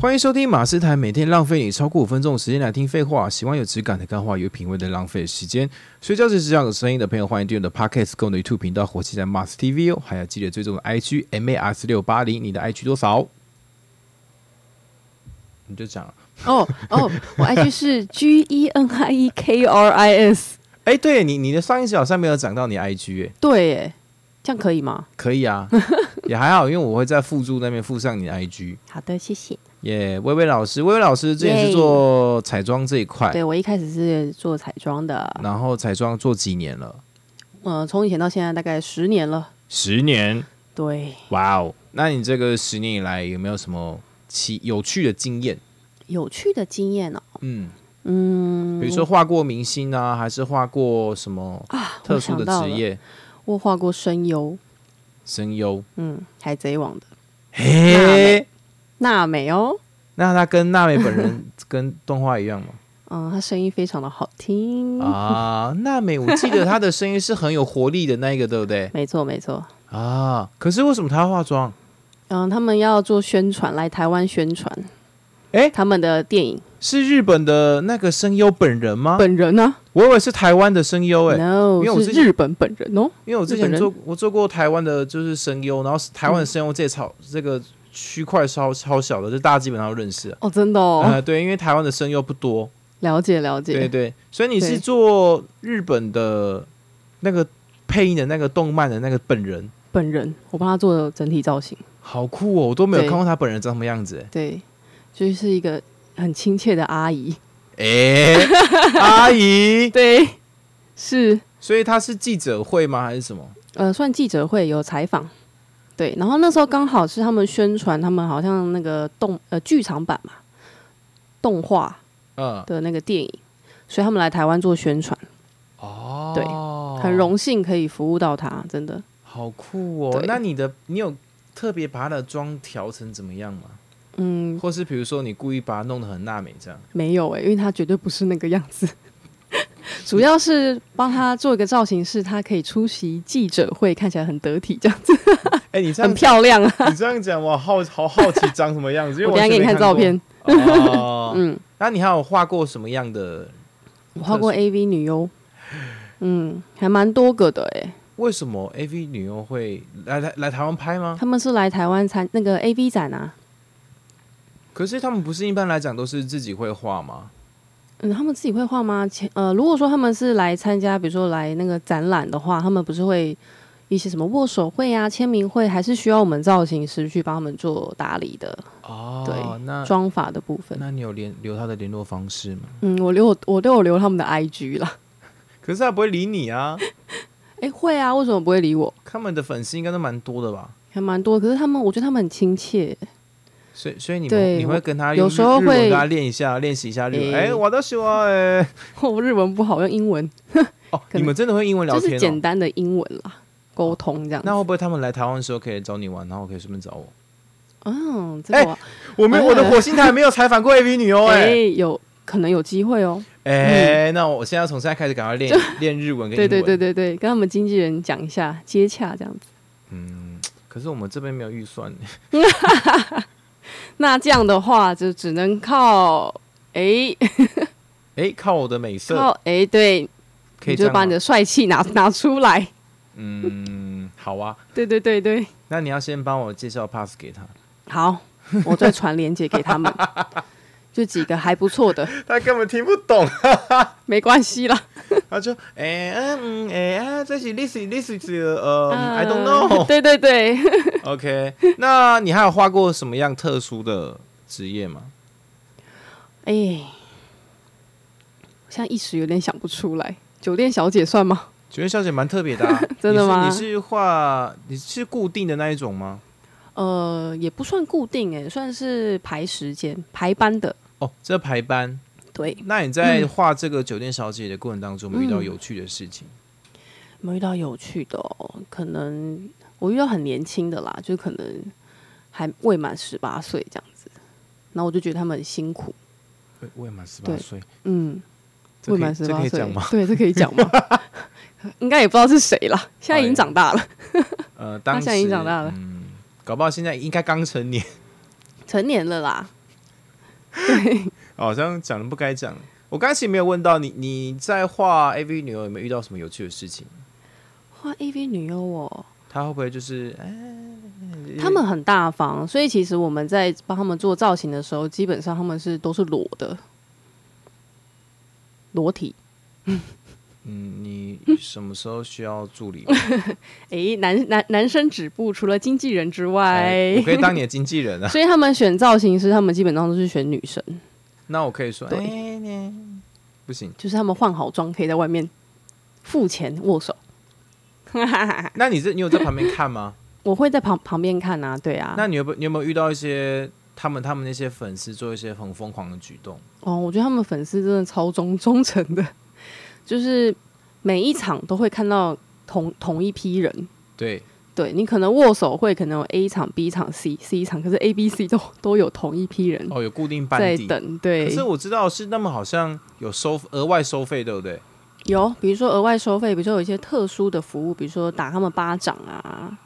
欢迎收听马斯台，每天浪费你超过五分钟的时间来听废话，喜欢有质感的干话，有品味的浪费时间。睡觉时只想有声音的朋友，欢迎订阅我的 Podcast 跟我的 YouTube 频道火气在 Mars TV 哦，还要记得追踪我的 IG MAS 六八零，你的 IG 多少？你就讲了，哦哦，我 IG 是 G E N I E K R I S。哎，对你你的上一集好像没有讲到你 IG 哎、对耶，这样可以吗？可以 啊，也还好，因为我会在附注那边附上你的 IG。好的，谢谢。耶、薇薇老师，薇薇老师之前是 Yay 做彩妆这一块，对我一开始是做彩妆的，然后彩妆做几年了？呃，从以前到现在大概十年了。十年。对，哇哦！那你这个十年以来有没有什么奇有趣的经验？有趣的经验哦。嗯，嗯，比如说画过明星啊，还是画过什么啊，特殊的职我想到了，业？我画过声优，声优。嗯，海贼王的嘿，娜美哦，那他跟娜美本人跟动画一样 吗？嗯，她声音非常的好听。啊，娜美，我记得她的声音是很有活力的那一个，对不对？没错，没错。啊，可是为什么她要化妆？嗯，他们要做宣传，来台湾宣传哎，他们的电影。是日本的那个声优本人吗？本人呢我以为是台湾的声优，哎， ？No，啊因为我是之前日本本人哦。因为我之日前本人嗯做我做过台湾的就是声优，然后台湾的声优这超、这个区块超超小的，就大家基本上都认识。哦，真的哦。呃，对，因为台湾的声优不多，了解了对解，对，所以你是对做日本的那个配音的那个动漫的那个本人，本人我帮他做的整体造型，好酷哦！我都没有对看过他本人长什么样子，对，就是一个很亲切的阿姨， 哎，阿姨，对，是所以他是记者会吗？还是什么？呃，算记者会有采访，对，然后那时候刚好是他们宣传，他们好像那个动呃剧场版嘛，动画嗯，的那个电影，所以他们来台湾做宣传，哦，对很荣幸可以服务到他，真的，好酷哦！对那你的你有特别把他的妆调成怎么样吗？嗯，或是比如说你故意把它弄得很娜美这样，没有欸诶、因为他绝对不是那个样子。 主要是帮他做一个造型，是他可以出席记者会，看起来很得体，这样子哎、你这很样漂亮啊！你这样讲，我好好好奇长什么样子，因为我等完一下给全你没看看照片。过。哦， 嗯，那你还有画过什么样的？我画过 AV 女优，嗯，还蛮多个的欸诶、为什么 AV 女优会来来来台湾拍吗？他们是来台湾参那个 AV 展啊，可是他们不是一般来讲都是自己会画吗？嗯，他们自己会画吗？前呃，如果说他们是来参加，比如说来那个展览的话，他们不是会一些什么握手会啊、签名会，还是需要我们造型师去帮他们做打理的哦，对那妆法的部分。那你有联留他的联络方式吗？嗯，我留我我都有留他们的 IG 啦。可是他不会理你啊，诶，会啊，为什么不会理我？他们的粉丝应该都蛮多的吧？还蛮多，可是他们我觉得他们很亲切、所以所以你们对你会跟他我用有时候日日文会跟他练一下，练习一下日文。哎哎，我都喜欢哎。我日文不好，用英文，哦，可能你们真的会英文聊就天是哦？简单的英文啦，沟通这样子。那会不会他们来台湾的时候可以找你玩，然后可以顺便找我？嗯，这个我我没有，哎我的火星台没有采访过 AV 女优哎、哎有可能有机会哦。哎，那我现在从现在开始赶 快练练日文跟英对文。对对。对对，跟他们经纪人讲一下接洽这样子。可是我们这边没有预算， 那这样的话，就只能靠哎、哎，靠我的美靠色哎、对，可以你这就样把你吗。的帅气拿拿出来。嗯，好啊，对对对对，那你要先帮我介绍 pass 给他，好，我再传链接给 他们，就几个还不错的，他根本听不懂， 没关系啦。他就哎啊嗯哎啊，这是 this is this is 呃嗯 I don't know。 对对对， OK，那你还有画过什么样特殊的职业吗？哎、我现在一时有点想不出来。酒店小姐算吗？九月小姐蛮特别的、 啊，真的吗你是你是画你是固定的那一种吗？呃，也不算固定哎、算是排时间排班的。哦，这排班。对，那你嗯在画这个酒店小姐的过程当中，有没有遇到有趣的事情？没遇到有趣的、哦，可能我遇到很年轻的啦，就可能还未满十八岁这样子。然后我就觉得他们很辛苦，未未满十八对岁，嗯，这未可以满十这八可以岁讲吗？，对，这可以讲 吗？应该也不知道是谁啦，现在已经长大了，呃，哎当时现在已经长大了 嗯，搞不好现在应该刚成年。成年了啦。哦好像讲的不该讲。我刚才其实没有问到你，你在画 AV 女优有没有遇到什么有趣的事情？画 AV 女优哦，她会不会就是哎，他们很大方，所以其实我们在帮他们做造型的时候，基本上他们是都是裸的，裸体。嗯，你什么时候需要助 理吗？诶，男男男生止步，除了经纪人之哎外我，可以当你的经纪人啊。 所以他们选造型师，他们基本上都是选女生，那我可以说，对哎，你不行。就是他们换好妆可以在外面付钱握手。那你这你有在旁边看吗？我会在旁旁边看啊， 对啊。那你有没有你有没有遇到一些他们他们那些粉丝做一些很疯狂的举动？哦，我觉得他们粉丝真的超忠忠诚的， 就是每一场都会看到同同一批人。对，对你可能握手会可能有 A 场、B 场、C、C 场，可是 A、B、C 都都有同一批人哦，有固定班在底。等。可对是，我知道是他们好像有收额外收费，对不对？有比如说额外收费，比如说有一些特殊的服务，比如说打他们巴掌啊，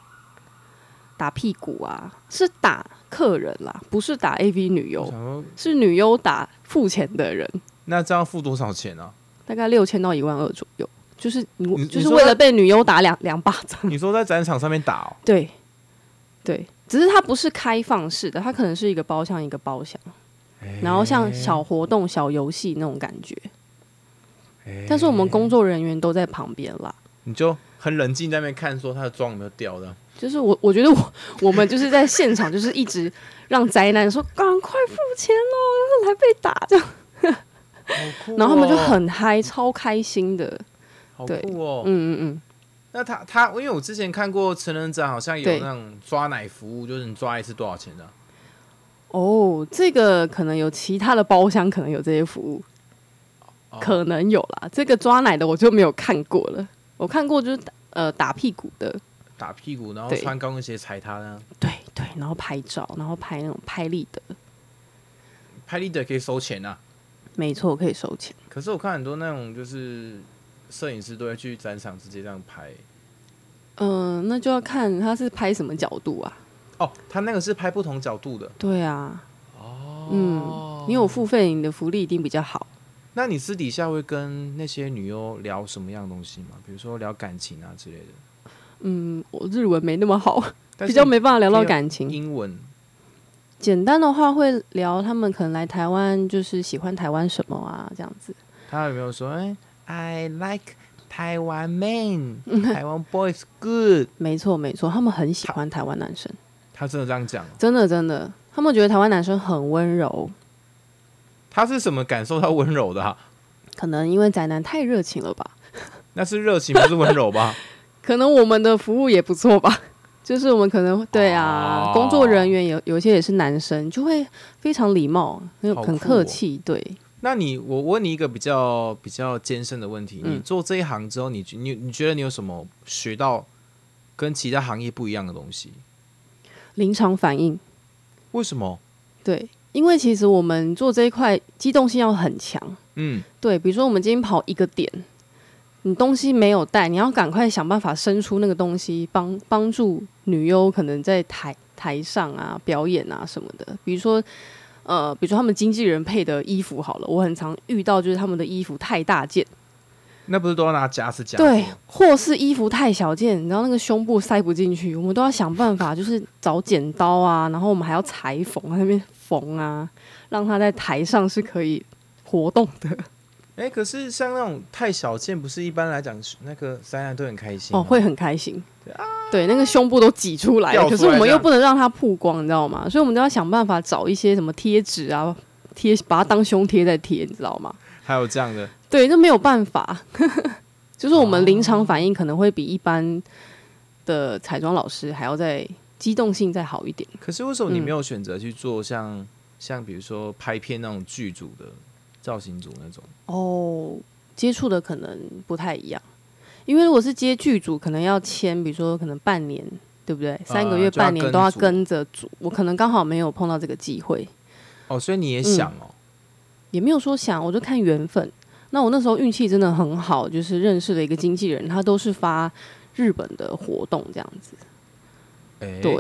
打屁股啊，是打客人啦，不是打 AV 女我优，想说，是女优打付钱的人。那这样付多少钱啊？大概六千到一万二左右，就是你你就是你说为他了被女优打两两巴掌，你说在展场上面打哦？对对，只是它不是开放式的，它可能是一个包厢一个包厢，然后像小活动、小游戏那种感觉。但是我们工作人员都在旁边啦，你就很冷静在那边看，说他的妆有没有掉的。就是我我觉得我 我们就是在现场就是一直让宅男说赶快付钱喽，来被打这样，好酷哦然后他们就很嗨，超开心的，好对酷哦。嗯嗯嗯，那他他，因为我之前看过成人展，好像有对那种抓奶服务，就是你抓一次多少钱的、啊？哦，这个可能有其他的包厢可能有这些服务。哦可能有啦，这个抓奶的我就没有看过了，我看过就是打呃打屁股的，打屁股，然后对穿高跟鞋踩他呢？对对，然后拍照，然后拍那种拍立得，拍立得可以收钱啊。没错，可以收钱。可是我看很多那种就是摄影师都会去展场直接这样拍。嗯、那就要看他是拍什么角度啊。哦，他那个是拍不同角度的。对啊，哦，嗯，你有付费，你的福利一定比较好。那你私底下会跟那些女优聊什么样的东西吗？比如说聊感情啊之类的。嗯，我日文没那么 好，但比是较没办法聊可以到有感情。英文简单的话会聊他们可能来台湾就是喜欢台湾什么啊这样子。他有没有说，哎，I like 台湾 man，台湾 boys good？没错没错，他们很喜欢台湾男生。他真的这样讲哦？真的真的，他们觉得台湾男生很温柔，他是什么感受到温柔的、啊？可能因为宅男太热情了吧？那是热情，不是温柔吧？可能我们的服务也不错吧？ 就是我们可能对啊，哦工作人员有有一些也是男生，就会非常礼貌，很好酷哦很客气，对。那你，我问你一个比较比较艰深的问题：嗯你做这一行之后，你你你觉得你有什么学到跟其他行业不一样的东西？临场反应，为什么？对，因为其实我们做这一块机动性要很强，嗯，对，比如说我们今天跑一个点，你东西没有带，你要赶快想办法伸出那个东西，帮帮助女优可能在台台上啊表演啊什么的。比如说，呃，比如说他们经纪人配的衣服好了，我很常遇到就是他们的衣服太大件，那不是都要拿夹子夹？对，，或是衣服太小件，然后那个胸部塞不进去，我们都要想办法，就是找剪刀啊，然后我们还要裁缝在那边缝啊，让他在台上是可以活动的。哎、可是像那种太小件，不是一般来讲那个三男都很开心吗哦，会很开心。对，那个胸部都挤出来了啊掉出可来是我们这又样不能让它曝光，你知道吗？所以我们都要想办法找一些什么贴纸啊，贴把它当胸贴在贴，你知道吗？还有这样的。对，这没有办法， 就是我们临场反应可能会比一般的彩妆老师还要再机动性再好一点。可是为什么你嗯没有选择去做像、像比如说拍片那种剧组的造型组那种？哦，接触的可能不太一样，因为如果是接剧组，可能要签，比如说可能半年，对不对？三个月、啊就要半年跟都要组跟着组，我可能刚好没有碰到这个机会，哦，所以你也想哦，也没有说想，我就看缘分。那我那时候运气真的很好，就是认识了一个经纪人，他都是发日本的活动这样子，哎、嗯对，，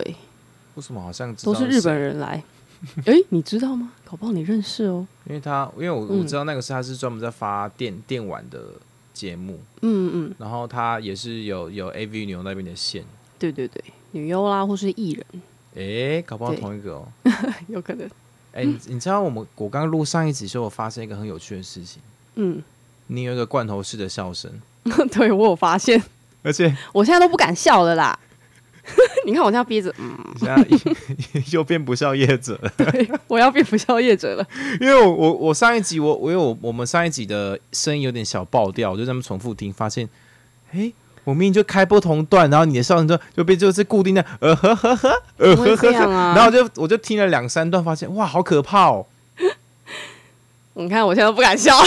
为什么好像知道都是日谁本人来，哎、你知道吗？搞不好你认识哦。因为他因为我嗯我知道那个是他是专门在发电电玩的节目，嗯嗯，然后他也是有有 AV 牛那边的线，对对对，女优啦，或是艺人，诶，搞不好对同一个哦。有可能。 哎、你你知道我们我刚录上一集的时候，我发现一个很有趣的事情，嗯，你有一个罐头式的笑声，对我有发现，而 且我现在都不敢笑了啦。 你看我现在憋着，嗯，你现在又变不笑业者了， 我要变不笑业者了。因为我我我上一集我我有我们上一集的声音有点小爆掉，我就这么重复听，发现，哎、我明明就开不同段，然后你的笑声就就变就是固定的，呃呵呵呵，呃我也呵这呵样呵，啊然后我就我就听了两三段，发现哇，好可怕哦！你看我现在都不敢笑。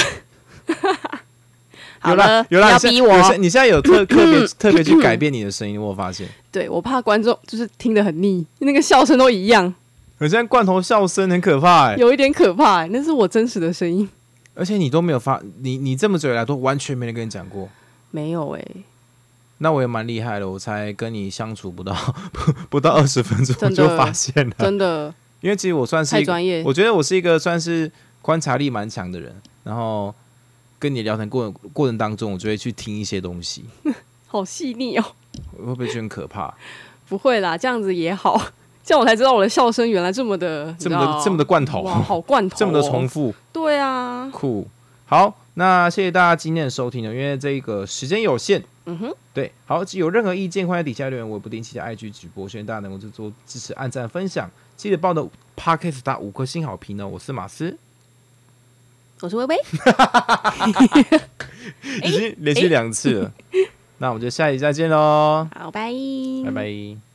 好有啦了，有不啦，要你现逼有现我。哦你现在有 特特别特别去改变你的声音，我有发现，对我怕观众就是听得很腻，那个笑声都一样，很像罐头笑声，很可怕哎、有一点可怕、欸那是我真实的声音。而且你都没有发，你你这么久以来都完全没人跟你讲过，没有哎、那我也蛮厉害的，我才跟你相处不到 不不到二十分钟，我真的就发现了。真的因为其实我算是太一个，专业。我觉得我是一个算是观察力蛮强的人，然后跟你聊天过过程当中，我就会去听一些东西，好细腻哦。会不会觉得很可怕？不会啦，这样子也好，这样我才知道我的笑声原来这么的，这么的这么的罐的头，哦哇，好罐头、哦这么的重。复，对啊，酷。好，那谢谢大家今天的收听哦呢，因为这个时间有限，嗯哼，对，好，有任何意见欢迎在底下留言，我也不定期的 IG 直播，希望大家能够多多支持、按赞、分享，记得帮我的 Podcast 打五颗星好评哦。我是马斯，我是微微，已经连续两次了，那我们就下一集再见喽，好，拜，拜拜。